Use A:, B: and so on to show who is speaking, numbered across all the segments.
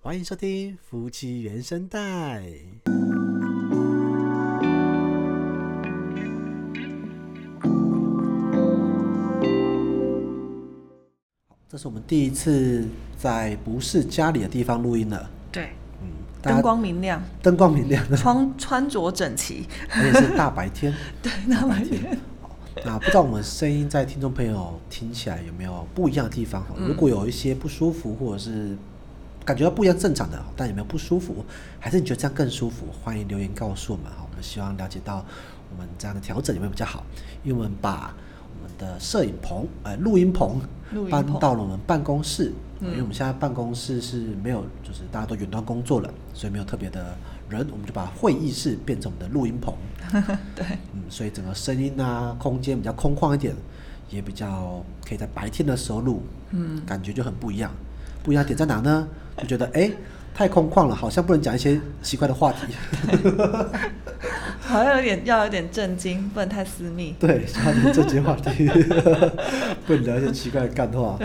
A: 欢迎收听《夫妻原声带》。好这是我们第一次在不是家里的地方录音了，
B: 对，
A: 嗯，大家
B: 灯光 明亮，
A: 灯光明亮，
B: 穿穿着整齐，
A: 而且是大白天。
B: 对，那么
A: 天。好那不知道我们声音在听众朋友听起来有没有不一样的地方？哈，如
B: 嗯
A: 果有一些不舒服，或者是感觉到不一样正常的，但有没有不舒服？还是你觉得这样更舒服？欢迎留言告诉我们哈，我们希望了解到我们这样的调整有没有比较好，因为我们把我们的摄影棚、呃录音棚
B: 录音
A: 搬
B: 棚嗯
A: 到了我们办公室，因为我们现在办公室是没有，就是大家都远端工作了，所以没有特别的人，我们就把会议室变成我们的录音棚。
B: 对，
A: 嗯，所以整个声音啊，空间比较空旷一点，也比较可以在白天的时候录，嗯，感觉就很不一样。不一样点在哪呢？就觉得哎、太空旷了，好像不能讲一些奇怪的话题。
B: 好像有点要有点震惊，不能太私密。
A: 对，抓紧这些话题， 不能聊一些奇怪的干话。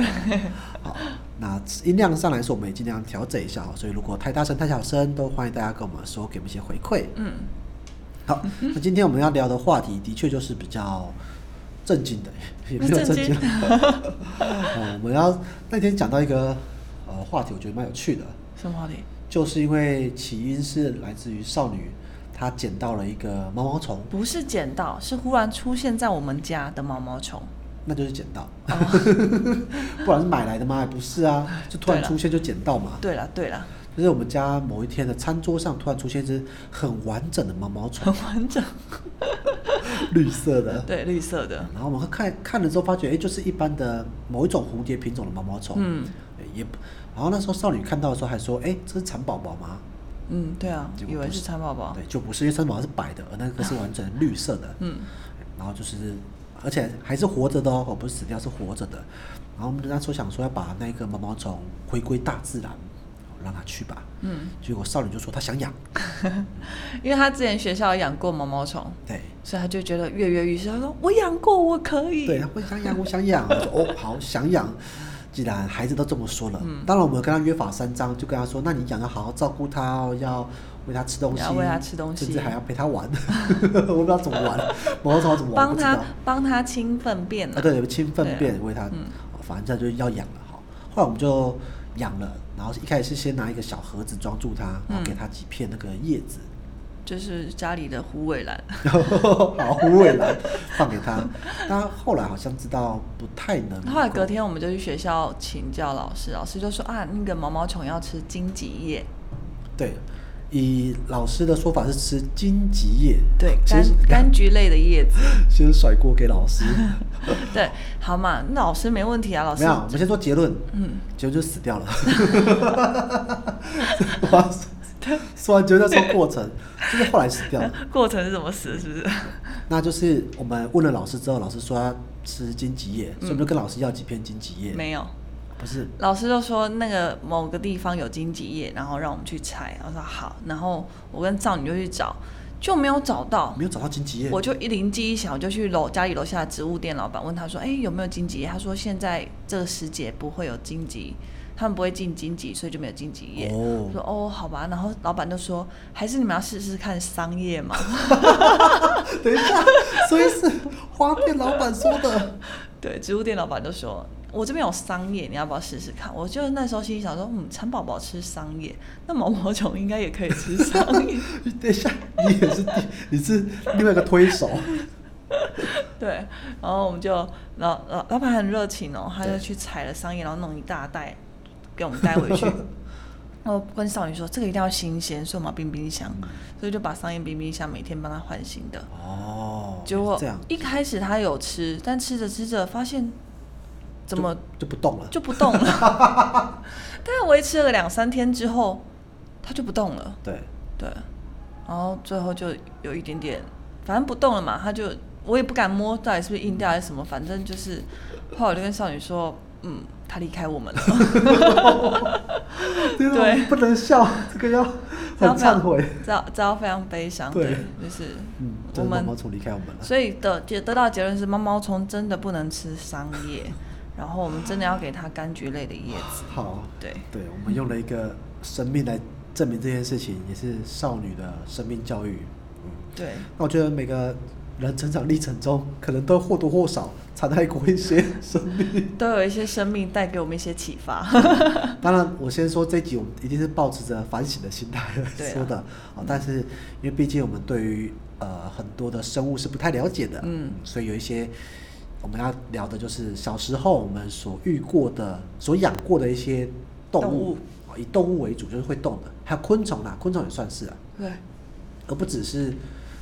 A: 好，那音量上来说，我们也尽量调整一下哦。所以如果太大声、太小声，都欢迎大家跟我们说，给我们一些回馈。
B: 嗯，
A: 好，那今天我们要聊的话题的确就是比较正经的，也没有正
B: 正
A: 经。
B: 经
A: 呃我们要那天讲到一个呃话题，我觉得蛮有趣的，
B: 什么话题？
A: 就是因为起因是来自于少女，她捡到了一个毛毛虫，
B: 不是捡到，是忽然出现在我们家的毛毛虫。
A: 那就是捡到，
B: 哦
A: 不然是买来的吗？也不是啊，就突然
B: 对啦
A: 出现就捡到嘛。
B: 对啊了对了，
A: 就是我们家某一天的餐桌上突然出现一只很完整的毛毛虫
B: 很，完整，
A: 绿色的，
B: 对，绿色的，
A: 然后我们看看了之后，发觉哎，诶就是一般的某一种蝴蝶品种的毛毛虫，
B: 嗯
A: 诶，也不，然后那时候少女看到的时候还说，哎，这是蚕宝宝吗？
B: 嗯，对啊
A: 结，果
B: 以为
A: 不
B: 是
A: 是
B: 蚕宝宝
A: 对，，就不是，因为蚕宝宝是白的，而那个是完整的绿色 的，
B: 嗯，
A: 然后就是，而且还是活着的哦，我不是死掉，是活着的。然后我们那时候想说要把那个毛毛虫回归大自然，哦让它去吧，
B: 嗯，
A: 结果少女就说她想养，
B: 因为他之前学校养过毛毛虫，
A: 对。
B: 所以他就觉得跃跃欲试。他说：“我养过，我可以。”
A: 对，他会想养，我想养。我说哦，好，想养。既然孩子都这么说了，
B: 嗯
A: 当然我们有跟他约法三章，就跟他说，那你养要好好照顾他哦，要喂他吃东西，
B: 要喂他吃东西
A: 甚至还要陪他玩。 我不知道怎么玩，毛毛虫怎么玩，
B: 帮
A: 不知
B: 他
A: 道。
B: 帮他清粪便
A: 啊，
B: 了。
A: 对，清粪
B: 对啊嗯
A: 便喂它，哦反正就是要养了哈。后来我们就养了，然后一开始是先拿一个小盒子装住它，
B: 嗯
A: 然后给它几片那个叶子，
B: 就是家里的虎尾兰，
A: 然后好胡尾兰放给 它。但后来好像知道不太能够，
B: 后来隔天我们就去学校请教老师，老师就说啊，那个毛毛虫要吃荆棘叶，
A: 对，以老师的说法是吃荆棘叶，
B: 对，柑
A: 先
B: 柑橘类的叶子，
A: 先甩锅给老师。
B: 对，好嘛，那老师没问题啊， 老
A: 没
B: 师
A: 有，我们先说结论，嗯，结论就死 掉了。 我要说说完结论再说过程，就是后来死掉了。
B: 过程是怎么死，是不是？
A: 那就是我们问了老师之后，老师说要吃荆棘叶，所以我们就跟老师要几片荆棘叶。
B: 嗯没有，
A: 不是，
B: 老师就说那个某个地方有荆棘叶，然后让我们去采，我说好，然后我跟赵女就去找，就没有找到，
A: 没有找到荆棘叶。
B: 我就一灵机一想，我就去楼家里楼下的植物店老板问他说：“哎、有没有荆棘叶？”他说：“现在这个时节不会有荆棘，他们不会进荆棘，所以就没有荆棘叶。
A: 哦
B: 我说：“哦，好吧。”然后老板就说：“还是你们要试试看桑叶嘛。
A: 等一下，所以是花店老板说的。”
B: 对，植物店老板就说：“我这边有桑叶，你要不要试试看？”我就那时候心里想说：“嗯，蚕宝宝吃桑叶，那毛毛虫应该也可以吃桑叶。
A: 等一下，你也是第，你是另外一个推 手。”
B: 对，然后我们就老老老板很热情哦，他就
A: 对
B: 去采了桑叶，然后弄一大袋给我们带 回去。然后跟少女说，这个一定要新鲜，所以我们要冰冰箱，所以就把桑叶冰冰箱，每天帮他换新的。
A: 哦，
B: 结果
A: 这样
B: 一开始他有吃，但吃着吃着发现怎么
A: 就不动了？
B: 就不动了。 但是维持了个两三天之后，它就不动了。
A: 对，
B: 对，然后最后就有一点点，反正不动了嘛，他就我也不敢摸到底是不是硬掉还是什么，反正就是后来我就跟少女说，嗯，他离开我们 了，
A: 对
B: 对
A: 不能笑，这个要很忏 悔。
B: 这样这样非常悲伤，
A: 对
B: 对，就是
A: 嗯，就
B: 我
A: 是毛
B: 们
A: 毛虫离开我们了。
B: 所以的结得到的结论是毛毛虫真的不能吃桑叶，然后我们真的要给它柑橘类的叶子，
A: 好，
B: 对
A: 对，我们用了一个生命来证明这件事情，也是少女的生命教育。嗯，
B: 对，
A: 那我觉得每个人成长历程中，可能都或多或少残害过一些生命。
B: 都有一些生命带给我们一些启发。
A: 当然，我先说这一集我们一定是保持着反省的心态
B: 对啊
A: 说的啊，但是因为毕竟我们对于呃很多的生物是不太了解的，
B: 嗯
A: 所以有一些我们要聊的就是小时候我们所遇过的、所养过的一些动
B: 动物
A: 啊，以动物为主就是会动的，还有昆虫啦，昆虫也算是啊，
B: 对，
A: 而不只是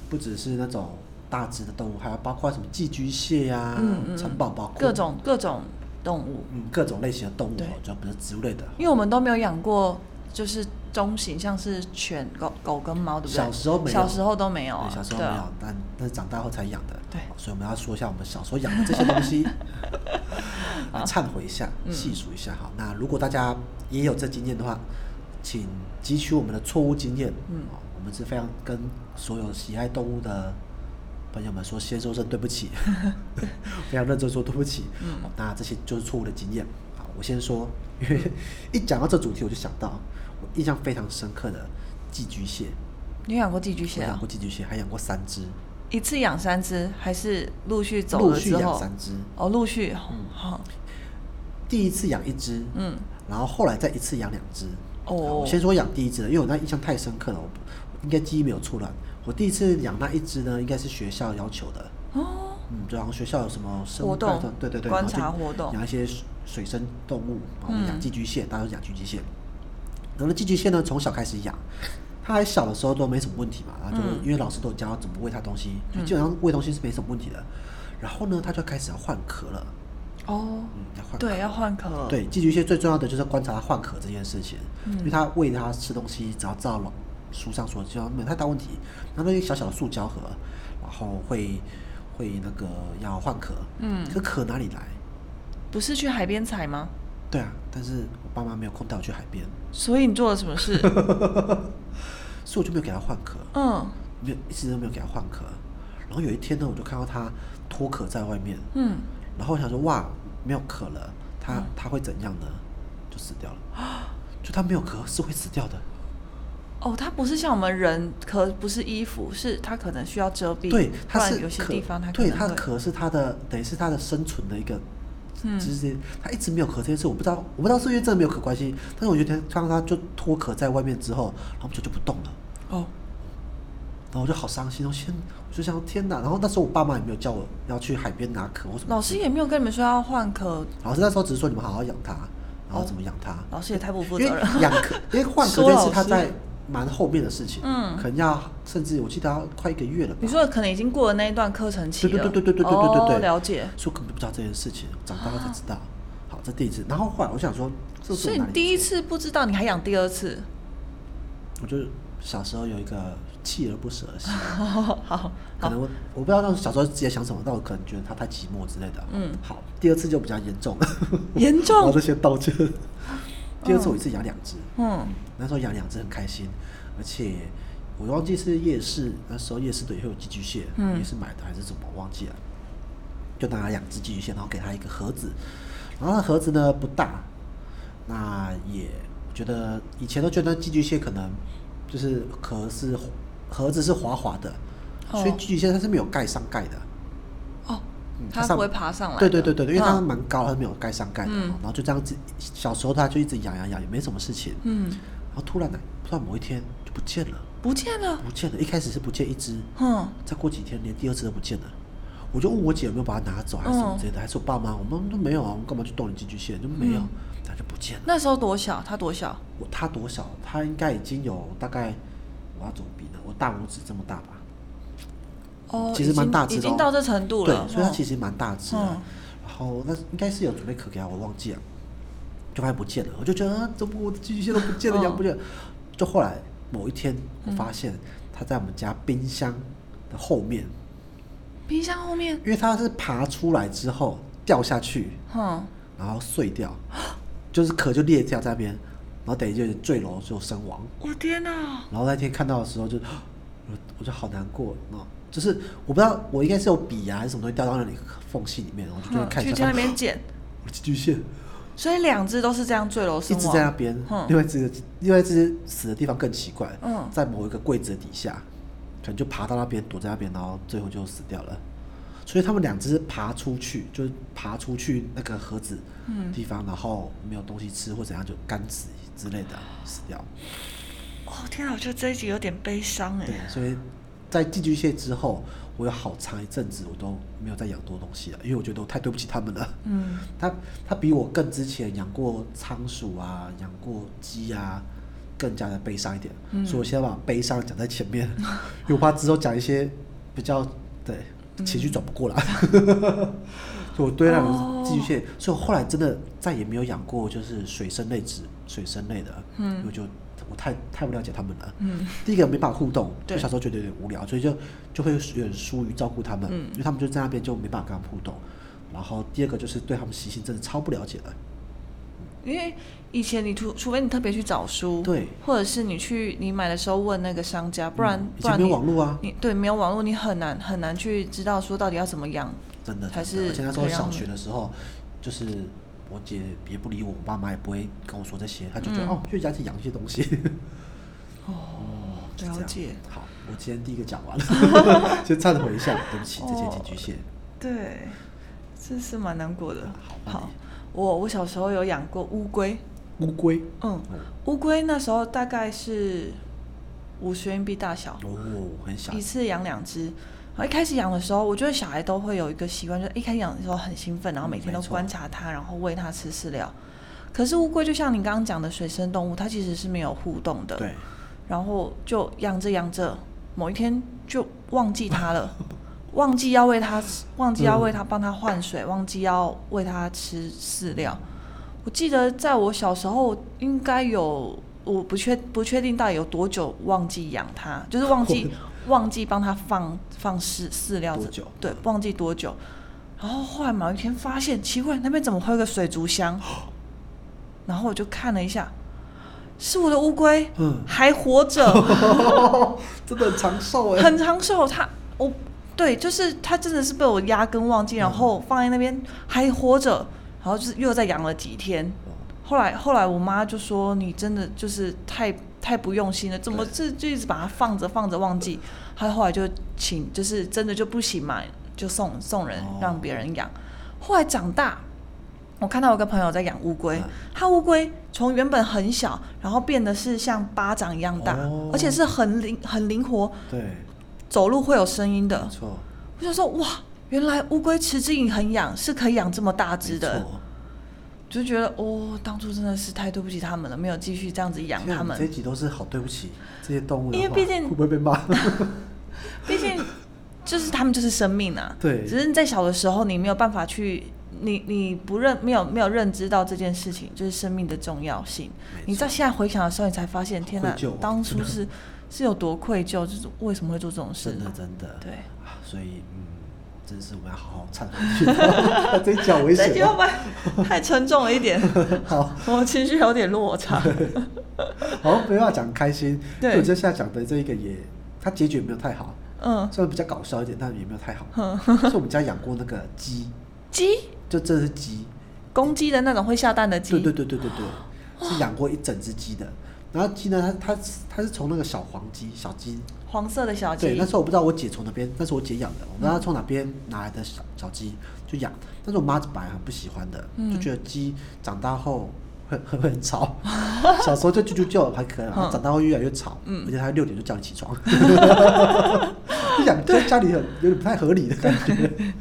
A: 不只是那种大只的动物，还有包括什么寄居蟹呀、
B: 嗯嗯，
A: 蚕宝宝、
B: 各种各种动物，
A: 嗯各种类型的动物
B: 对
A: 哦，主要不是植物类的。
B: 因为我们都没有养过，就是中型，像是犬、狗、狗跟猫，对不对？
A: 小时候没有
B: 小时候都没有啊，
A: 对，小时候没
B: 对啊
A: 有，但但是长大后才养的。
B: 对
A: 好所以我们要说一下我们小时候养的这些东 西，来忏悔一下，
B: 嗯
A: 细数一下。好，那如果大家也有这经验的话，请汲取我们的错误经验。
B: 嗯
A: 好，我们是非常跟所有喜爱动物的朋友们说，先说声对不 起，非常认真说对不起。嗯，那这些就是错误的经验。好，我先说，因为 一讲到这主题，我就想到我印象非常深刻的寄居蟹。
B: 你有养过寄居蟹
A: 我养
B: 啊
A: 过？寄居蟹，还养过三只。
B: 一次养三只，还是陆续走
A: 陆
B: 了
A: 续
B: 之
A: 养
B: 后？
A: 三只，嗯
B: 哦，陆续，好，
A: 第一次养一只，
B: 嗯，
A: 然后后来再一次养两只。
B: 哦
A: 好我先说养第一只的，因为我那印象太深刻了，我不应该记忆没有错乱。我第一次养那一只呢，应该是学校要求的，
B: 哦，
A: 嗯，就然后学校有什么生物
B: 活动
A: 拜托对对对，
B: 观
A: 然后就
B: 察活动
A: 养一些水水生动物，然后养
B: 嗯
A: 寄居蟹，大家都养寄居蟹。然后那寄居蟹呢，从小开始养，它还小的时候都没什么问题嘛，然后就、
B: 嗯
A: 因为老师都有教怎么喂它东西，就基本上喂东西是没什么问题的。然后呢，它就开始要换壳了，
B: 哦，
A: 嗯，要换壳。
B: 对，要换壳，，
A: 对，寄居蟹最重要的就是观察它换壳这件事情，因为它喂它吃东西，只要照老书上说，就没有太大问题。然后那个小小的塑胶盒，然后会会那个要换壳，
B: 嗯
A: 可壳哪里来？
B: 不是去海边采吗？
A: 对啊，但是我爸妈没有空带我去海边，
B: 所以你做了什么事？
A: 所以我就没有给它换壳，
B: 嗯
A: 没有一直都没有给它换壳。然后有一天呢，我就看到它脱壳在外面，
B: 嗯，
A: 然后我想说哇，没有壳了，它它会怎样呢？就死掉了， 就它没有壳是会死掉的。
B: 哦，它不是像我们人壳，不是衣服，是它可能需要遮蔽，
A: 对，
B: 不
A: 它
B: 然
A: 是
B: 有些
A: 壳，
B: 地方它可
A: 对
B: 能
A: 它的
B: 会
A: 壳是它的，等于是它的生存的一个
B: 嗯
A: 直接，它一直没有壳这件事，我不知道，我不知道是因为真的没有壳关系，但是我觉得刚刚它就脱壳在外面之后，然后我们就就不动了，
B: 哦，
A: 然后我就好伤心，我先我就想天哪，然后那时候我爸妈也没有叫我要去海边拿壳或什么，
B: 老师，也没有跟你们说要换壳，
A: 老师那时候只是说你们好好养它，然后怎么养它，
B: 老师也太不负
A: 因
B: 责
A: 为
B: 任。
A: 养 壳，因为换壳
B: 说
A: 这件事
B: 老
A: 它
B: 师
A: 在蛮后面的事情，
B: 嗯
A: 可能要甚至我记得要快一个月了吧
B: 你，说的可能已经过了那一段课程期
A: 对对
B: 了，
A: 对对对对对对对对，
B: 哦，了解。
A: 所以我根本不知道这件事情，长大后才知道。好，这第一次，然后后来我想说，这是
B: 啊所
A: 我
B: 以
A: 哪
B: 你
A: 里？
B: 第一次不知道，你还养第二次，
A: 我就小时候有一个锲而不舍的心，
B: 哦，好，
A: 可能我我不知道当时小时候自己在想什么，但我可能觉得他太寂寞之类的。啊
B: 嗯，
A: 好，第二次就比较严重了，
B: 严
A: 我
B: 重
A: 这，些道歉。第二次我一次养两只，
B: 嗯，
A: 那时候养两只很开心，而且我忘记是夜市，那时候夜市的也会有寄居蟹，
B: 嗯
A: 也是买的还是怎么忘记了，就拿两只寄居蟹，然后给它一个盒子，然后那盒子呢不大，那也觉得以前都觉得寄居蟹可能就是壳是盒子是滑滑的，所以
B: 哦
A: 寄居蟹它是没有盖上盖的，
B: 哦，
A: 嗯
B: 它
A: 上
B: 不会爬上来的，
A: 对对对对对，因为它
B: 嗯
A: 蛮高，它没有盖上盖的，
B: 嗯
A: 然后就这样子，小时候它就一直养养养，也没什么事情，
B: 嗯
A: 然后突然呢，突然某一天就不见了，
B: 不见了，
A: 不见了。一开始是不见一只，
B: 嗯，
A: 再过几天连第二只都不见了。我就问我姐有没有把它拿走，还是什
B: 嗯
A: 么之类的，还是我爸妈，我们都没有啊，我们干嘛去动你寄居蟹？就没
B: 嗯
A: 有，它就不见了。
B: 那时候多小？它多小？
A: 我它多小？它应该已经有大概，我要怎么比呢？我大拇指这么大吧。
B: 哦，
A: 其实蛮大只的哦
B: 已经到这程度
A: 对
B: 了，，嗯
A: 所以它其
B: 实
A: 实蛮大只的。
B: 嗯
A: 然后那应该是有准备壳给它，我忘记了，就发现不见了。我就觉得啊，怎么我的寄居蟹都不见了，
B: 嗯
A: 养不见了。就后来某一天，我发现它在我们家冰箱的后面，
B: 冰箱后面，
A: 因为它是爬出来之后掉下去，
B: 哼，
A: 然后碎掉， 就是壳就裂掉在那边，然后等于就是坠楼就身亡。
B: 我天哪，
A: 然后那天看到的时候就， 我我就好难过，然后就是我不知道我应该 是有笔啊还是什么东西掉到那里缝隙里面，然后我就在
B: 嗯
A: 看一
B: 去
A: 下，
B: 去那边捡，
A: 我寄居蟹，
B: 所以两只都是这样坠楼
A: 一
B: 身
A: 直
B: 亡。
A: 在那边，另
B: 嗯
A: 外一只另外一只死的地方更奇怪，
B: 嗯
A: 在某一个柜子的底下，可能就爬到那边躲在那边，然后最后就死掉了。所以他们两只爬出去，就是爬出去那个盒子
B: 嗯
A: 地方，然后没有东西吃或怎样就干死之类的死掉。
B: 哦天啊，我觉得这一集有点悲伤哎
A: 对。，所以在寄居蟹之后，我有好长一阵子我都没有再养多东西了，因为我觉得我太对不起他们了。
B: 嗯，
A: 他他比我更之前养过仓鼠啊，养过鸡啊，更加的悲伤一点。
B: 嗯
A: 所以我先把悲伤讲在前面， 因为我怕之后讲一些比较对
B: 嗯
A: 情绪转不过来。 所以我对那
B: 哦
A: 种寄居蟹，所以我后来真的再也没有养过就是水生类植水生类的，
B: 嗯
A: 因为我就我太太不了解他们了。
B: 嗯，
A: 第一个没办法互动，
B: 对
A: 就小时候觉得有点无聊，所以就就会有点疏于照顾他们，
B: 嗯
A: 因为他们就在那边就没办法跟他们互动。然后第二个就是对他们习性真的超不了解了，
B: 因为以前你除除非你特别去找书，
A: 对，
B: 或者是你去你买的时候问那个商家，不然、
A: 嗯以
B: 不
A: 前
B: 然
A: 没有
B: 你
A: 网络啊，
B: 你对没有网络，你很难很难去知道说到底要怎么养。
A: 真的真
B: 还
A: 的而
B: 是
A: 且那时候
B: 可以让
A: 小
B: 他们
A: 学的时候，就是我姐也不理我，我爸妈也不会跟我说这些，她就觉得、
B: 嗯
A: 哦，去家去养一些东西。
B: 哦，
A: 是这
B: 了
A: 样
B: 解，
A: 好，我今天第一个讲完了， 先忏悔一下，对不起，这些寄居蟹。
B: 对，这是蛮难过的。
A: 好换你
B: 我我小时候有养过乌龟，
A: 乌龟，
B: 嗯，
A: 哦，
B: 乌龟那时候大概是五十元币大小，
A: 哦很小
B: 一，次养两只。然后一开始养的时候，我觉得小孩都会有一个习惯，就是一开始养的时候很兴奋，然后每天
A: 嗯
B: 都
A: 没错
B: 观察它，然后喂它吃饲料。可是乌龟就像你刚刚讲的水生动物，它其实是没有互动的。
A: 对，
B: 然后就养着养着，某一天就忘记 它了，忘记要喂它，吃，忘记要喂它帮它换
A: 嗯
B: 水，忘记要喂它吃饲料。我记得在我小时候应该有，我不确不确定到底有多久忘记养它，就是 忘记忘记帮它放放饲饲料
A: 多
B: 这
A: 久
B: 对，忘记多久。然后后来某一天发现奇怪，那边怎么会有个水 族箱？然后我就看了一下，是我的乌龟，
A: 嗯
B: 还活着，
A: 真的很长寿哎，
B: 很长寿。它，我对，就是它真的是被我压根忘记，然后放在那边还活着，然后就是又再养了几天。
A: 哦
B: 后来后来我妈就说：“你真的就是太太不用心了，怎么这就一直把它放着放着忘记？”她后来就请，就是真的就不行嘛，就送送人
A: 哦
B: 让别人养。后来长大，我看到有个朋友在养乌龟
A: 嗯，
B: 他乌龟从原本很小，然后变得是像巴掌一样大，
A: 哦
B: 而且是很灵很灵活，
A: 对，
B: 走路会有声音的
A: 没。错，
B: 我就说哇，原来乌龟持之以恒养是可以养这么大只
A: 没
B: 的。
A: 错。
B: 就觉得哦，当初真的是太对不起他们了，没有继续这样子养
A: 天啊
B: 他
A: 你
B: 们
A: 这。一集都是好对不起这些动物的话，
B: 因为毕竟
A: 会不会被 骂？
B: 毕竟就是他们就是生命啊，
A: 对
B: 只是你在小的时候，你没有办法去，你你不认没有没有认知到这件事情，就是生命的重要性
A: 没错。
B: 你在现在回想的时候，你才发现，天哪
A: 愧疚哦，
B: 当初是是有多愧疚，就是为什么会做这种事
A: 真的
B: 呢？
A: 真的，
B: 对
A: 啊，所以嗯，真是我们要好好忏悔。这一集好危
B: 这
A: 险
B: 句会
A: 哦。
B: 不会太沉重了 一点？
A: 好，
B: 我情绪有点落 差。
A: 好，没办法讲开心。
B: 对
A: 因为我接下来讲的这一个也，它结局也没有太好，
B: 嗯，
A: 虽然比较搞笑一点，但也没有太 好。是我们家养过那个鸡，
B: 鸡，
A: 就真的是鸡，
B: 公鸡的那种会下蛋的鸡。
A: 对对对对对对， 是养过一整只鸡的。然后鸡呢，它它它是从那个小黄鸡、小鸡
B: 黄色的小鸡。
A: 对，那时候我不知道我姐从哪边，那是我姐养的，我不知
B: 嗯
A: 道她从哪边拿来的小小鸡就养，但是我妈本来很不喜欢的，
B: 嗯
A: 就觉得鸡长大后会 会会很吵，小时候就啾啾叫还可以，然
B: 嗯
A: 后长大后越来越吵，而且她六点就叫你起 床， 就养在家里很有点不太合理的感觉。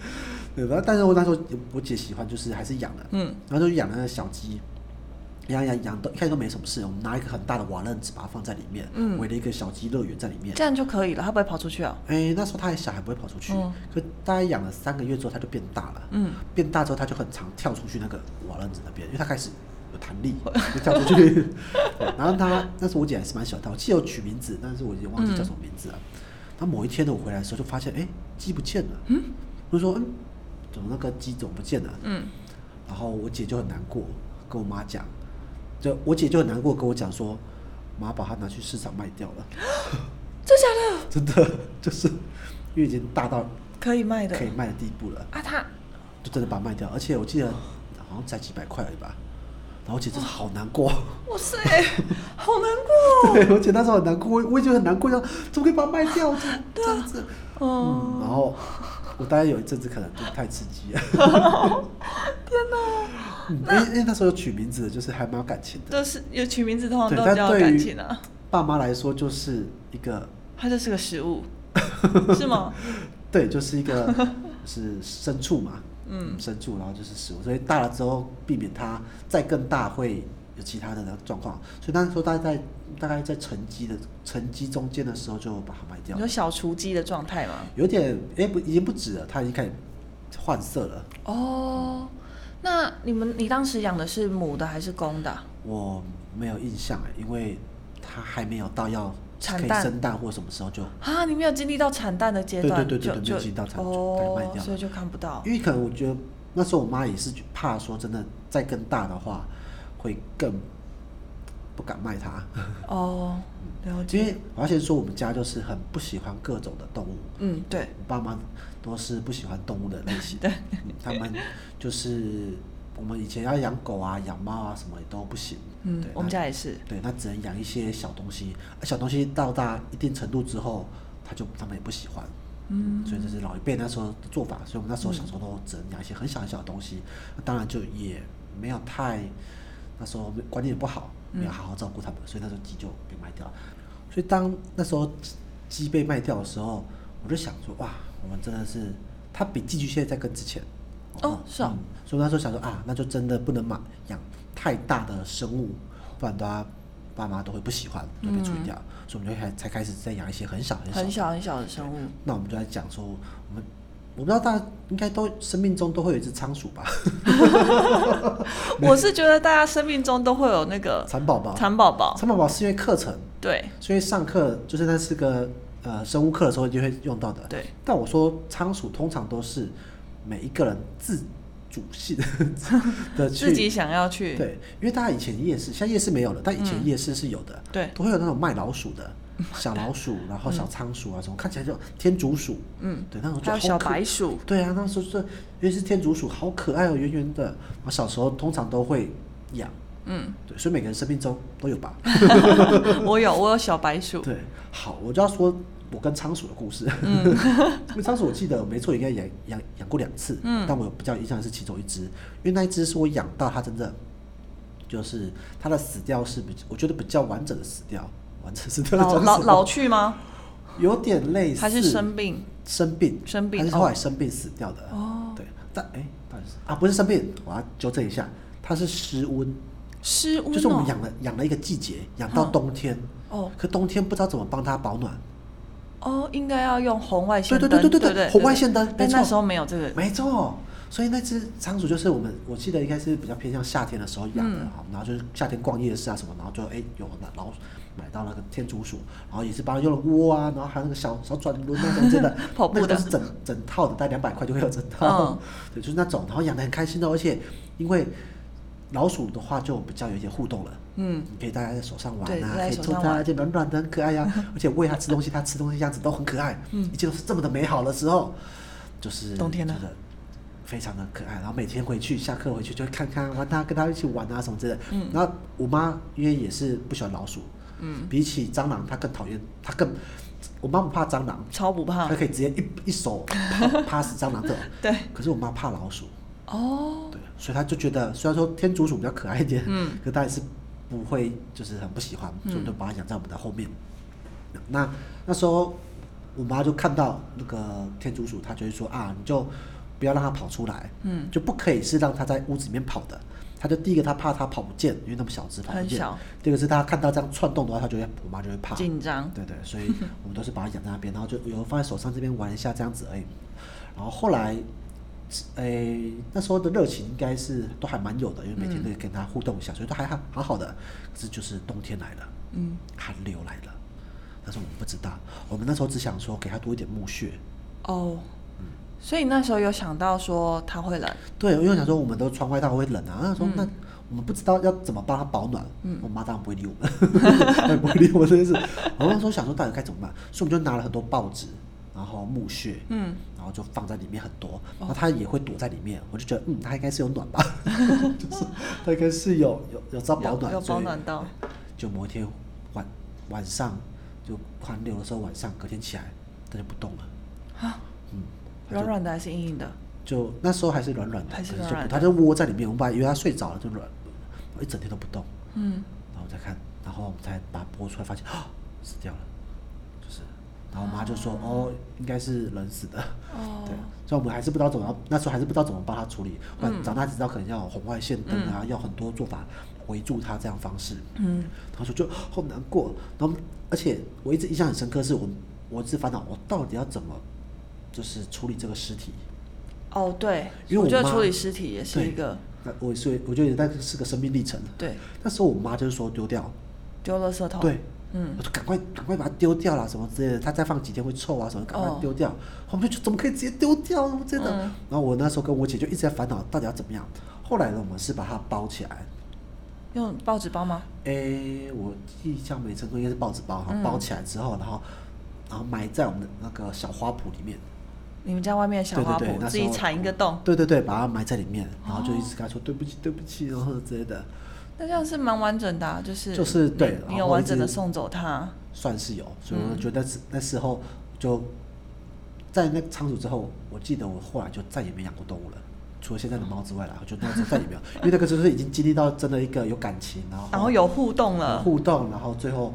A: 对，然后但是我那时候我姐喜欢，就是还是养了，
B: 嗯，
A: 然后就养了那个小鸡，养养养都一开始都没什么事，我们拿一个很大的瓦楞纸把它放在里面，
B: 嗯
A: 围了一个小鸡乐园在里面，
B: 这样就可以了，它不会跑出去哦。
A: 哎、那时候它还小，还不会跑出去。
B: 嗯
A: 可大概养了三个月之后，它就变大了。
B: 嗯，
A: 变大之后，它就很常跳出去那个瓦楞子那边，因为它开始有弹 力，就跳出去。对然后它那时候我姐还是蛮喜欢它，我记得有取名字，但是我已经忘记叫什么名字了。
B: 嗯
A: 然后某一天呢，我回来的时候就发现，哎、鸡不见了。嗯，我就说，嗯，怎么那个鸡怎么不见了？
B: 嗯，
A: 然后我姐就很难过，跟我妈讲，就我姐就很难过跟我讲说，妈把它拿去市场卖掉了。
B: 真假的？
A: 真的就是因为已经大到
B: 可以卖的。
A: 可以卖的地步了，
B: 啊，它
A: 就真的把它卖掉。而且我记得好像才几百块而已吧，然后其实好难过，
B: 哇塞，好难过、哦。
A: 对，而且那时候很难过，我我也觉得很难过，想怎么可以把它卖掉？怎么
B: 啊
A: 这样子？
B: 嗯，
A: 然后我大概有一阵子可能就太刺激了，
B: 天哪！
A: 嗯因为因为那时候取名字就是还蛮有感情的，
B: 都是有取名字，通常
A: 对，
B: 都比
A: 但
B: 较有
A: 对
B: 感情
A: 于
B: 啊。
A: 爸妈来说就是一个，
B: 它就是个 食物，是吗？
A: 对，就是一个 是牲畜嘛，
B: 嗯，
A: 牲畜，然后就是食物，所以大了之后避免它再更大会有其他的那个状况，所以那时候大概在大概在沉积的沉积中间的时候就把它卖
B: 你
A: 掉
B: 说，小雏鸡的状态吗？
A: 有点哎、不已经不止了，它已经开始换色了。
B: 哦，那你们你当时养的是母的还是公的啊、
A: 我没有印象哎，因为它还没有到要
B: 产
A: 可以
B: 蛋
A: 生蛋或什么时候就，
B: 啊，你没有经历到产蛋的阶
A: 对
B: 段，
A: 对对对对没
B: 就
A: 有
B: 就
A: 经历到产把它卖
B: 哦
A: 掉，了
B: 所以就看不到
A: 因为可能我觉得那时候我妈也是怕说真的再更大的话会更不敢卖它，
B: 哦，了
A: 因
B: 解。
A: 为我要先说我们家就是很不喜欢各种的动物，
B: 嗯，对，
A: 我爸妈都是不喜欢动物的类型，对，他们就是我们以前要养狗啊、养猫啊什么也都不行，
B: 嗯
A: 对，
B: 我们家也是
A: 那，对，那只能养一些小东西，啊小东西到达一定程度之后，他就他们也不喜欢，
B: 嗯，
A: 所以这是老一辈那时候的做法，所以我们那时候小时候都只能养一些很小很小的东西，那当然就也没有太那时候观念也不好，没
B: 嗯
A: 有好好照顾他们，所以那时候鸡就被卖掉了。所以当那时候鸡被卖掉的时候，我就想说哇，我们真的是它比寄居蟹在更值钱。
B: 哦是哦
A: 嗯所以我那时候想说啊，那就真的不能买养太大的生物，不然大家爸妈都会不喜欢，就被处理掉。所以我们就开才开始在养一些很小很小的
B: 很小很小的生物，
A: 那我们就来讲说，我们我不知道大家应该都生命中都会有一只仓鼠吧，
B: 我是觉得大家生命中都会有那个
A: 蚕宝宝。
B: 蚕宝宝，
A: 蚕宝宝是因为课程，
B: 对
A: 所以上课就是那是个呃生物课的时候就会用到的。
B: 对。
A: 但我说仓鼠通常都是每一个人自主性的去
B: 自己想要去，
A: 对，因为大家以前夜市，现在夜市没有了，但以
B: 嗯
A: 前夜市是有的，
B: 对
A: 都会有那种卖老鼠的，
B: 嗯
A: 小老鼠，然后小仓鼠啊什么，看起来就天竺鼠，
B: 嗯，
A: 对，那种就
B: 还有
A: 好
B: 小
A: 可
B: 白鼠，
A: 对啊，那时候是，尤其是天竺鼠，好可爱哦，圆圆的。我小时候通常都会养，
B: 嗯，
A: 对，所以每个人生命中都有吧。
B: 我有我有小白鼠，
A: 对，好，我就要说我跟仓鼠的故事。
B: 嗯
A: 因为仓鼠我记得没错，应该养养养过两次，嗯，但我有比较印象的是其中一只，因为那一只是我养到它真的，就是它的死掉是比我觉得比较完整的死掉，完整死掉
B: 老
A: 讲
B: 老
A: 什么
B: 老去吗？
A: 有点类似
B: 还是生病？
A: 生病，
B: 生病
A: 他是后来生病死掉的。
B: 哦
A: 对，但哎，到底是啊，不是生病，我要纠正一下，它是失温，
B: 失温、哦，嗯
A: 就是我们养了养了一个季节，养到冬天，
B: 哦
A: 可冬天不知道怎么帮它保暖。
B: 哦，应该要用红外线
A: 对
B: 灯，
A: 对对对
B: 对
A: 对对红外线灯
B: 但
A: 没
B: 那
A: 错
B: 时候没有这个，
A: 没错，所以那只仓鼠就是我们，我记得应该是比较偏向夏天的时候养
B: 嗯
A: 的哈、然后就是夏天逛夜市啊什么，然后就哎有拿老鼠买到那个天竺鼠，然后也是帮它用了窝啊，然后还有那个小小转轮啊那种真的
B: 跑步
A: 那个都
B: 的
A: 是整整套的，大概两百块就会有整套，
B: 嗯
A: 对，就是那种，然后养的很开心的，而且因为老鼠的话就比较有一些互动了。
B: 嗯，
A: 你可以大家在手上玩
B: 对
A: 啊，
B: 戴在
A: 可以
B: 手
A: 抽
B: 上
A: 它，
B: 玩
A: 而且软软的很可爱呀、 而且喂它吃东西，它吃东西样子都很可爱，一切都是这么的美好的时候，就是
B: 嗯冬天了
A: 真的非常的可爱。然后每天回去下课回去就会看看玩它，跟它一起玩啊什么之类的。
B: 嗯
A: 然后我妈因为也是不喜欢老鼠，嗯，比起蟑螂她更讨厌，她更我妈不怕蟑螂，
B: 超不怕
A: 她，可以直接一一 手趴趴死蟑螂这种。
B: 啊对，
A: 可是我妈怕老鼠，
B: 哦，
A: 对，所以他就觉得虽然说天竺鼠比较可爱一点，
B: 嗯，
A: 可他还是不会就是很不喜欢，所以我们就把它养在我们的后面。那那时候我妈就看到那个天竺鼠，她就会说啊，你就不要让它跑出来，嗯，就不可以是让它在屋子里面跑的。她就第一个，她怕它跑不见，因为那么小只跑不
B: 很
A: 见
B: 小。
A: 第二个是她看到这样窜动的话，她就会，我妈就会怕。
B: 紧张，
A: 对对，所以我们都是把它养在那边，然后就有放在手上这边玩一下这样子而已。然后后来，诶、那时候的热情应该是都还蛮有的，因为每天都可以跟它互动一下，所以都还好好好的。可是就是冬天来了，
B: 嗯，
A: 寒流来了，但是我们不知道，我们那时候只想说给它多一点木屑。
B: 哦，所以那时候有想到说它会冷，
A: 对，因为我想说我们都穿外套会冷啊，那
B: 嗯
A: 时候那我们不知道要怎么帮它保暖，我妈当然不会理我们，她也不会理我们，真的是。我那时候想说到底该怎么办，所以我们就拿了很多报纸，然然后木屑，
B: 嗯，哦
A: 然后就放在里面很多，然后它也会躲在里面。我就觉得，嗯，它应该是有暖吧， 就是它应该是有有有遭保
B: 有
A: 暖，
B: 有
A: 所
B: 保
A: 以
B: 暖到，啊
A: 就某一天晚晚上就快六的时候晚上，隔天起来它就不动了，
B: 啊，
A: 嗯，它就
B: 软软的还是硬硬的？
A: 就那时候还是软软的，
B: 还是
A: 可就
B: 软软
A: 不
B: 的
A: 它就窝在里面，我们把它以为它睡着了就软，一整天都不动，
B: 嗯，
A: 然后我再看，然后我们才把它拨出来，发现啊死掉了，就是，然后我妈就说哦应该是人死的，
B: 哦
A: 对，所以我们还是不知道怎么，那时候还是不知道怎么帮它处理，后来
B: 嗯
A: 长大才知道可能要有红外线灯啊，要很多做法围住它这样方式，
B: 嗯，
A: 然后就就好难过，然后而且我一直印象很深刻是我我一直烦恼我到底要怎么就是处理这个尸体。
B: 哦对，
A: 因为我
B: 我觉得
A: 妈
B: 处理尸体也是
A: 对
B: 一个
A: 那我也是，我觉得那是个生命历程。
B: 对
A: 那时候我妈就是说丢掉，
B: 丢垃圾桶，
A: 对，
B: 嗯
A: 我，就赶快赶快把它丢掉啦，什么之类的，它再放几天会臭啊什么，赶快
B: 哦
A: 丢掉。我们就觉得怎么可以直接丢掉什么之类的。
B: 嗯
A: 然后我那时候跟我姐就一直在烦恼到底要怎么样。后来呢，我们是把它包起来，
B: 用报纸包吗？
A: 诶、我印象没深刻，应该是报纸包，然后
B: 嗯
A: 包起来之后，然后然后埋在我们的那个小花圃里面。
B: 你们家外面的小
A: 对对
B: 花
A: 对
B: 圃
A: 那
B: 自
A: 时
B: 己
A: 候
B: 铲一个洞，
A: 对对对，把它埋在里面，然后就
B: 哦
A: 一直跟她说对不起对不起，然后之类的，
B: 那这样是蛮完整的啊，就是
A: 就是
B: 你
A: 对然
B: 你有
A: 后
B: 完
A: 一
B: 整的
A: 直哦
B: 送走它，
A: 算是有，所以我
B: 嗯
A: 觉得是那时候就在那个仓鼠之后，我记得我后来就再也没养过动物了，除了现在的猫之外啦，我就那时候再也没有，因为那个就是已经经历到真的一个有感情，然后
B: 然后有互动了，
A: 互动，然后最后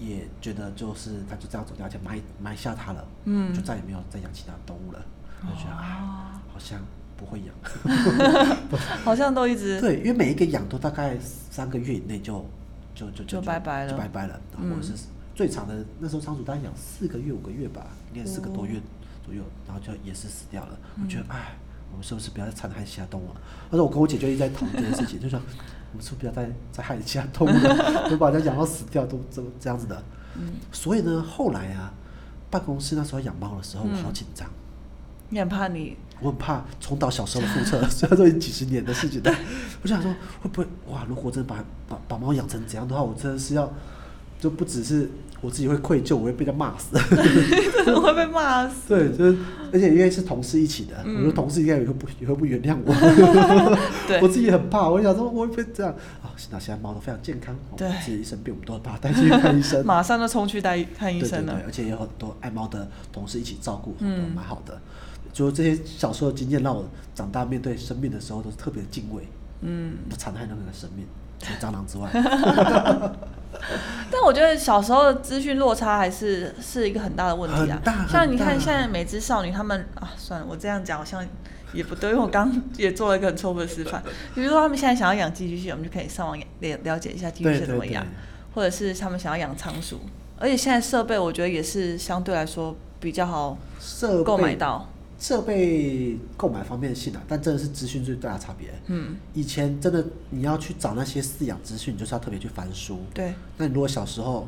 A: 也觉得就是它就这样走掉，而且埋埋下它了，
B: 嗯哦
A: 就再也没有再养其他动物了，我就觉得啊，好像不会养，
B: 好像都一直
A: 对，因为每一个养都大概三个月以内就就就
B: 就拜拜了嗯
A: 就拜拜了，然后或者是最长的那时候仓鼠大概养四个月五个月吧，应该四个多
B: 哦
A: 月左右，然后就也是死掉了。
B: 嗯
A: 我觉得哎，我们是不是不要再残害其他动物了？但是我跟我姐就一直在讨论这件事 情，就说我们是不是不要再再害其他动物了，就 把人家养到死掉都这这样子的。
B: 嗯
A: 所以呢，后来啊，办公室那时候养猫的时候，
B: 嗯
A: 我好紧张。
B: 你很 怕你
A: 我很怕重蹈小时候的覆辙， 虽然说已经几十年的事情了，我就想说会不会哇？如果真的把把把猫养成怎样的话，我真的是要就不只是我自己会愧疚，我会被他骂死。
B: 会被骂死。
A: 对，就是而且因为是同事一起的，
B: 嗯
A: 我说同事应该也会不也会不原谅我，
B: 对
A: 我自己也很怕，我想说我会不会这样啊？幸好现在猫都非常健康，我
B: 对
A: 们自己一生病我们都会把它带去看医 生。
B: 马上就冲去带看医生
A: 对
B: 了
A: 对对，。而且也有很多爱猫的同事一起照顾，
B: 嗯
A: 嗯，蛮好的。就这些小时候的经验，让我长大面对生命的时候都是特别敬畏，
B: 嗯，
A: 不残害任何的生命，除了蟑螂之 外。
B: 但我觉得小时候的资讯落差还是是一个很大的问题啊
A: 很大。
B: 像你
A: 很
B: 看
A: 大
B: 现在每只少女，她们啊，算了，我这样讲好像也不对，因为我刚也做了一个很错误的 示范。比如说，他们现在想要养寄居蟹，我们就可以上网了了解一下寄居
A: 对
B: 蟹
A: 对
B: 怎么养
A: 对，
B: 或者是他们想要养仓鼠。而且现在设备，我觉得也是相对来说比较好
A: 设备
B: 购买到。
A: 设备购买方面性啊，但真的是资讯最大的差别。
B: 嗯，
A: 以前真的你要去找那些饲养资讯，你就是要特别去翻书。
B: 对，
A: 那你如果小时候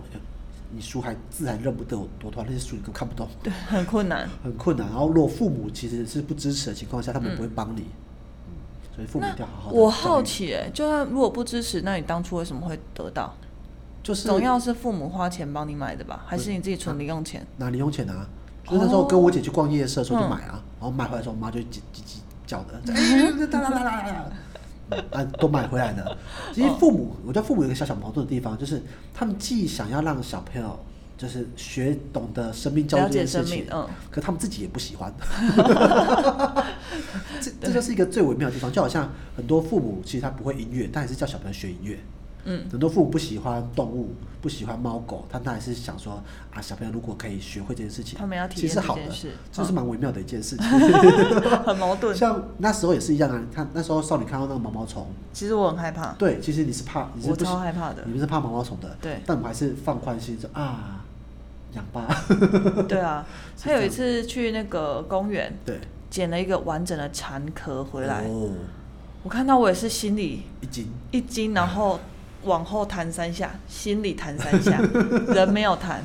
A: 你书还字还认不得有多多，那些书你都看不懂。
B: 对，很困难。
A: 很困难。然后如果父母其实是不支持的情况下，他们不会帮你，嗯所以父母一定要好好。
B: 我好，奇、欸，就算如果不支持，那你当初为什么会得到？
A: 就是
B: 总要是父母花钱帮你买的吧，还是你自己存零用钱？
A: 拿零用钱啊。就是那时候跟我姐去逛夜市的时候就买啊，然后买回来的时候，我妈就叽叽叽叫的，哎哒哒哒哒哒哒，嗯啊，都买回来的。其实父母，我觉得父母有一个小小矛盾的地方，就是他们既想要让小朋友就是学懂得生命教育
B: 了
A: 这
B: 解
A: 件事
B: 生
A: 情
B: 命，，嗯，
A: 可他们自己也不喜欢，这这就是一个最微妙的地方，就好像很多父母其实他不会音乐，但还是叫小朋友学音乐。
B: 嗯，
A: 很多父母不喜欢动物，不喜欢猫狗，他那还是想说啊，小朋友如果可以学会这件事情，
B: 他们要体验
A: 其实是好的
B: 这件事，嗯
A: 这是蛮微妙的一件事情。
B: 很矛盾。
A: 像那时候也是一样啊，你看那时候少女看到那个毛毛虫，
B: 其实我很害怕，
A: 对，其实你是怕，你是
B: 我
A: 不喜
B: 超害怕的
A: 你。们是怕毛毛虫的，
B: 对
A: 但我们还是放宽心说啊，养吧，
B: 对啊，
A: 是
B: 还有
A: 这
B: 一
A: 样
B: 次去那个公园
A: 对，
B: 捡了一个完整的蝉壳回来，
A: 哦，
B: 我看到我也是心里
A: 一惊。
B: 一惊，然后往后弹三下，心里弹三下，人没有弹。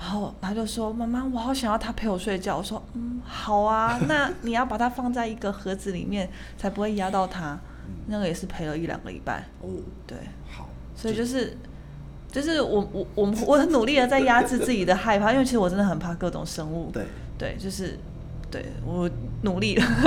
B: 然后他就说：“妈妈，我好想要它陪我睡觉。”我说：“嗯，好啊，那你要把它放在一个盒子里面，才不会压到它。”那个也是陪了一两个礼拜，
A: 哦，
B: 对，
A: 好，
B: 所以就是。就是我我我我很努力的在压制自己的害怕，因为其实我真的很怕各种生物，
A: 对，
B: 对，就是对我努力了，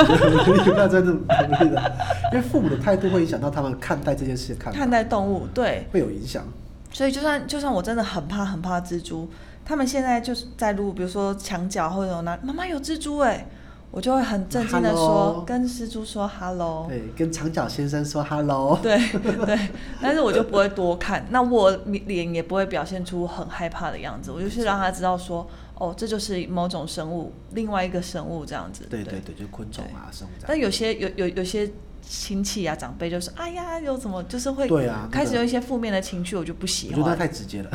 A: 努力，那真的努力的，因为父母的态度会影响到他们看待这件事的看法，
B: 看待动物，对，
A: 会有影响。
B: 所以就算就算我真的很怕很怕蜘蛛，他们现在就是在路，比如说墙角或者有哪，妈妈有蜘蛛哎、我就会很震惊的说
A: Hello
B: 跟蜘蛛说 hello，
A: 对，跟长角先生说 hello，
B: 对对，但是我就不会多看，那我脸也不会表现出很害怕的样子，我就是让他知道说，哦，这就是某种生物，另外一个生物这样子。
A: 对对对，就是昆虫啊，生物这
B: 但
A: 样。
B: 有些有有有些亲戚啊长辈就说，哎呀，有怎么就是会
A: 对啊那个
B: 开始有一些负面的情绪，我就不喜
A: 我觉得他
B: 欢，
A: 太直接了，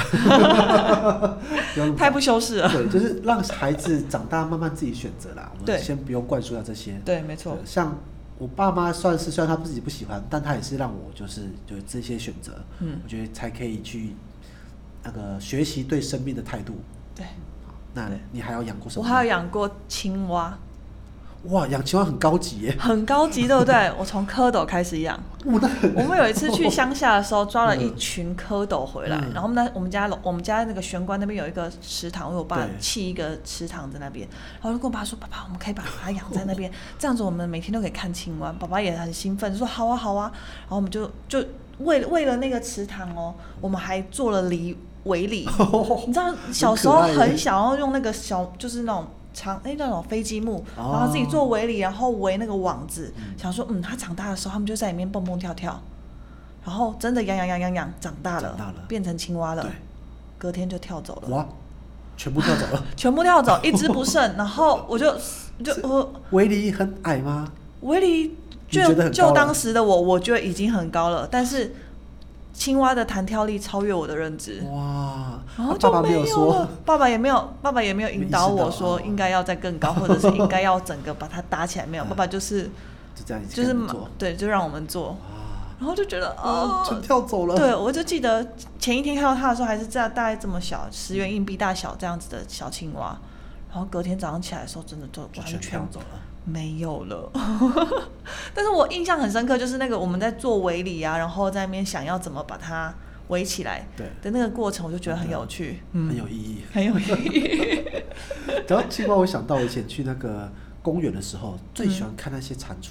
A: 不要那么
B: 太不修饰 了。
A: 对，就是让孩子长大慢慢自己选择啦。我
B: 对
A: 们先不用灌输到这些。
B: 对，没错
A: 对，像我爸妈算是虽然他自己不喜欢，但他也是让我就是有这些选择，
B: 嗯
A: 我觉得才可以去那个学习对生命的态度。
B: 对。
A: 好那
B: 对
A: 你还有养过什
B: 我
A: 么？
B: 还有养过青蛙，
A: 哇，养青蛙很高级耶！
B: 很高级，对不对？ 我从蝌蚪开始养。
A: 哇，哦那很
B: 我们有一次去乡下的时候，抓了一
A: 嗯
B: 群蝌蚪回来，
A: 嗯
B: 然后呢，我们家楼，我们家那个玄关那边有一个池塘，我有爸
A: 对
B: 砌一个池塘在那边，然后就跟我爸说：“爸爸，我们可以把它养在那边， 这样子我们每天都可以看青蛙。”爸爸也很兴奋，就说：“好啊，好啊。”然后我们就就为了为了那个池塘哦，我们还做了篱 围篱，你知道小时候
A: 很可爱耶
B: 很小，然后用那个小就是那种长哎、那种飞机木，然
A: 哦
B: 后自己做围篱，然后围那个网子，想说嗯，它长大的时候，它们就在里面蹦蹦跳跳，然后真的养养养养养，长大了，
A: 长大了
B: 变成青蛙了
A: 对，，
B: 隔天就跳走了，
A: 哇，全部跳走 了。
B: 全部跳走，一只不剩。然后我就就我
A: 维尼很矮吗？
B: 围篱
A: 你觉得
B: 就
A: 很高
B: 就
A: 了
B: 当时的我，我觉得已经很高了，但是青蛙的弹跳力超越我的认知。
A: 哇，
B: 然后
A: 啊爸
B: 哦就
A: 爸没
B: 有
A: 说
B: 了，爸爸也没有，爸爸也没有引导
A: 没意识到
B: 我说
A: 哦
B: 应该要再更高，或者是应该要整个把它搭起来， 没有，
A: 嗯
B: 爸爸就是
A: 就这样一直
B: 就是
A: 跟着
B: 嘛
A: 做。
B: 对，就让我们做，
A: 啊，
B: 然后就觉得
A: 啊
B: 哦，
A: 全跳走了。
B: 对，我就记得前一天看到它的时候还是这样，大概这么小，十元硬币大小这样子的小青蛙，然后隔天早上起来的时候，真的就
A: 就
B: 完
A: 全
B: 全
A: 跳走了。
B: 没有了。 但是我印象很深刻，就是那个我们在做围篱啊，然后在那边想要怎么把它围起来
A: 对，
B: 的那个过程，我就觉得很有趣，
A: 很有意义。
B: 很有嗯意义。
A: 然后青蛙，我想到我以前去那个公园的时候，最喜欢看那些蟾蜍，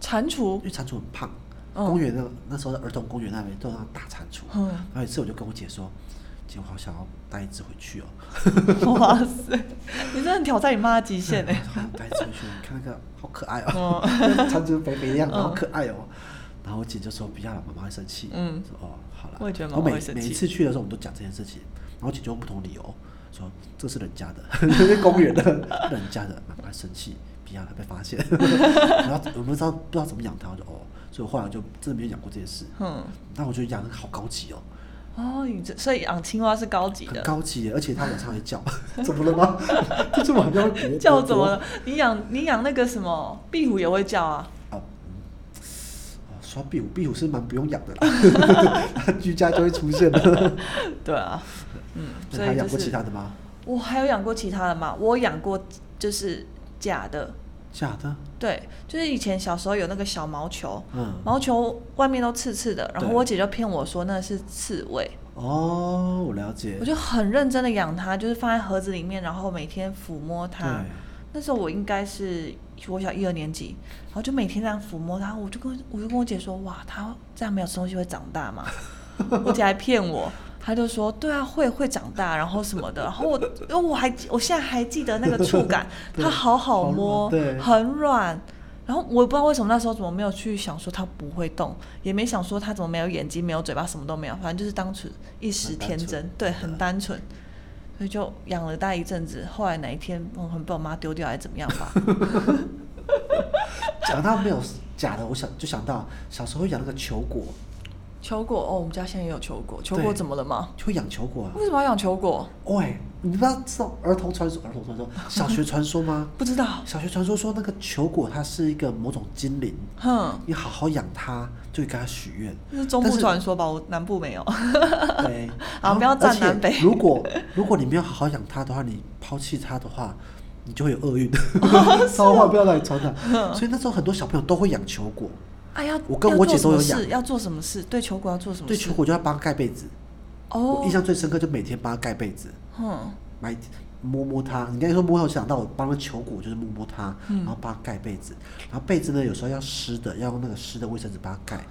B: 蟾蜍
A: 因，为蟾蜍很胖。
B: 嗯
A: 公园那那时候的儿童公园那边都有那种大蟾蜍。
B: 嗯
A: 然后有一次我就跟我姐说，姐我好想要带一只回去哦，
B: 哇塞，哦你真的很挑战你妈的极限哎、
A: 好 想带一只回去，你看那个好可爱哦，
B: 哦，
A: 蟾蜍肥肥的样子，
B: 嗯
A: 好可爱哦。然后我姐就说不要了，妈妈会生气。
B: 嗯
A: 说哦好了。
B: 我也觉得妈
A: 我
B: 妈
A: 每
B: 会生
A: 每一
B: 气
A: 次去的时候，我们都讲这件事情，然后我姐就用不同理由说这是人家的， 这是公园的， 人家的，妈妈生气，不要了，被发现。 然后我们不知道不知道怎么养它，我就哦，所以我后来就真的没有养过这件事。
B: 嗯，
A: 但我觉得养好高级哦，
B: 哦，你这所以养青蛙是高级
A: 很
B: 的，
A: 高级耶，而且它晚上还叫， 怎么了吗？这只晚上会虢
B: 叫怎么了？？你养你养那个什么壁虎也会叫啊？
A: 虢哦，嗯哦说到壁虎，壁虎是蛮不用养的啦， 它居家就会出现的。
B: 对啊，嗯，
A: 那
B: 所
A: 还
B: 以就
A: 养过其
B: 是
A: 他的吗？
B: 我还有养过其他的嘛，我养过就是假的，
A: 假的，
B: 对，就是以前小时候有那个小毛球，
A: 嗯，
B: 毛球外面都刺刺的，然后
A: 对
B: 我姐就骗我说那是刺猬，
A: 哦，我了解
B: 我，就很认真的养它，就是放在盒子里面，然后每天抚摸它。
A: 对，，
B: 那时候我应该是我小一二年级，然后就每天这样抚摸它，我就跟我就跟我姐说，哇，它这样没有吃东西会长大吗？ 我姐还骗我，她就说，对啊，会会长大，然后什么的，然后我因为我还我现在还记得那个触感
A: 对
B: 它好好摸，
A: 好软对
B: 很软。然后我也不知道为什么那时候怎么没有去想说它不会动，也没想说它怎么没有眼睛、没有嘴巴、什么都没有，反正就是当初一时
A: 很单
B: 天
A: 纯
B: 真，对，
A: 真
B: 很
A: 的
B: 单纯。嗯所以就养了大一阵子，后来哪一天我很被我妈丢掉还是怎么样吧？
A: 讲到没有假的，我想就想到小时候养那个球果，
B: 球果哦，我们家现在也有球果，球
A: 对
B: 果怎么了吗？
A: 就会养球果啊。
B: 为什么要养球果？
A: 喂，你不知道知道儿童传说、儿童传说、小学传说 吗？
B: 不知道，
A: 小学传说说那个球果它是一个某种精灵，
B: 哼，
A: 你好好养它，就会给它许愿。
B: 这是中
A: 但
B: 部
A: 是
B: 传说吧？我南部没 有，
A: 对，
B: 好不要站南北
A: 而且如果如果你没有好好养它的话，你抛弃它的话，你就会有厄运。
B: 哦
A: 骚话不要来传
B: 嗯
A: 它。所以那时候很多小朋友都会养球果，
B: 哎呀，
A: 我跟
B: 要
A: 我
B: 做
A: 姐都
B: 什么
A: 有养
B: 事要做什么事？对球果要做什么事？
A: 对球果就要帮它盖被子。
B: 哦
A: 我印，象最深刻就每天帮它盖被子，
B: 哼，
A: 买摸摸它。你刚才说摸它，我想到我帮它求骨，就是摸摸它，
B: 嗯
A: 然后帮它盖被子。然后被子呢，有时候要湿的，要用那个湿的卫生纸帮它盖。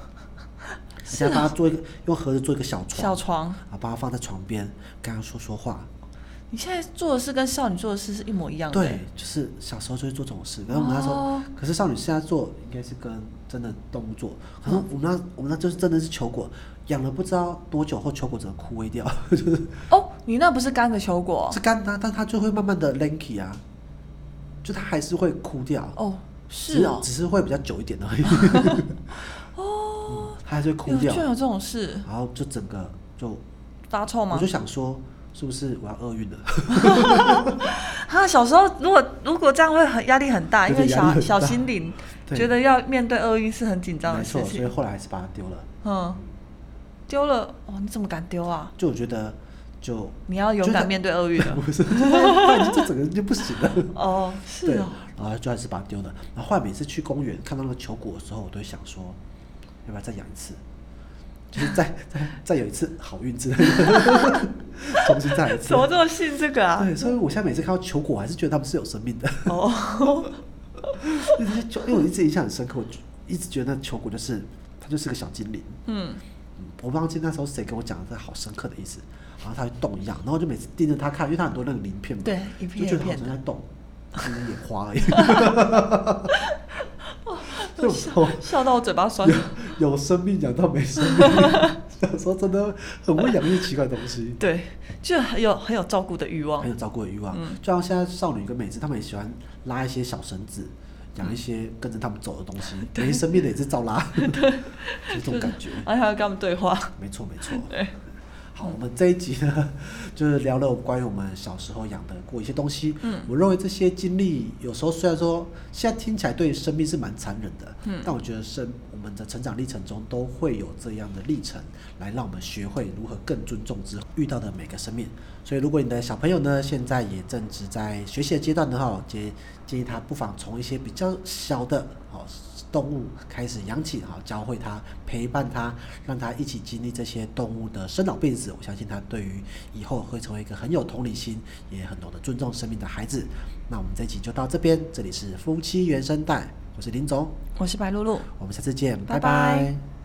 B: 是
A: 现
B: 啊
A: 在帮它做一个用盒子做一个小床，
B: 小床。
A: 然后把它放在床边，跟它说说话。
B: 你现在做的事跟少女做的事是一模一样的。
A: 对，，就是小时候就会做这种事。然后我们那时候，
B: 嗯哦
A: 可是少女现在做应该是跟真的动物做，可是
B: 嗯
A: 我们那、我们那就是真的是球果，养了不知道多久后，球果整个枯萎掉， 就是
B: 哦，你那不是干的球果
A: 是干它，但它就会慢慢的 lanky 啊，就它还是会枯掉。
B: 哦，
A: 只
B: 是哦，
A: 只是会比较久一点而已。 哦，它还是会枯
B: 有居
A: 掉，
B: 然有这种事，
A: 然后就整个就，
B: 发臭
A: 我
B: 吗哦
A: 就？想说，是不是我要厄运了？
B: 他小时候如果如果这样会很压力很大，因为
A: 对压力
B: 小
A: 很
B: 小
A: 大
B: 心灵
A: 对
B: 觉得要面对厄运是很紧张
A: 没
B: 的
A: 错，
B: 事
A: 所以
B: 情。
A: 后来还是把它丢了。
B: 嗯，丢了哦，你怎么敢丢啊？
A: 就我觉得就
B: 你要勇
A: 就
B: 敢
A: 它
B: 面对厄运啊
A: 不是，这这整个人就不行了。
B: 哦，
A: 对，
B: 是哦，
A: 然后就还是把它丢了。然后后来每次去公园看到那个球果的时候，我都会想说，要不要再养一次？就是再 再再有一次好运之类的， 重新再来一次
B: 怎。么这么信这个啊？
A: 对，所以我现在每次看到球果，我还是觉得它们是有生命的。
B: 哦，
A: 因为就因为我一直印象很深刻，我就一直觉得那球果就是它就是个小精灵。
B: 嗯，
A: 嗯我忘记那时候谁跟我讲的，好深刻的意思。然后它会动一样，然后我就每次盯着它看，因为它很多那个鳞片嘛，
B: 对一片
A: 就觉得它好
B: 一片
A: 像
B: 的
A: 在动，可能眼花 而已。所以我
B: 笑笑到我嘴巴酸
A: 有。有生命养到没生命， 有时候真的很会养一些奇怪的东西，
B: 对，就很有很有照顾的欲望
A: 很。有照顾的欲望。
B: 嗯
A: 就像现在少女跟美智，她们也喜欢拉一些小绳子，养一些跟着她们走的东西，没生命的也是照拉，就是这种感觉。
B: 而且还要跟他们嗯对话。
A: 没错，没错。
B: 对，
A: 好，我们这一集呢， 就是聊了关于我们小时候养的过一些东西。
B: 嗯
A: 我认为这些经历有时候虽然说现在听起来对生命是蛮残忍的，
B: 嗯
A: 但我觉得生我们的成长历程中都会有这样的历程，来让我们学会如何更尊重之遇到的每个生命。所以，如果你的小朋友呢，现在也正值在学习的阶段的话，我建建议他不妨从一些比较小的哦动物开始养起，好教会它，陪伴它，让它一起经历这些动物的生老病死。我相信它对于以后会成为一个很有同理心，也很懂得尊重生命的孩子。那我们这一集就到这边，这里是夫妻原声带，我是林总，
B: 我是白露露。
A: 我们下次见，拜
B: 拜拜
A: 拜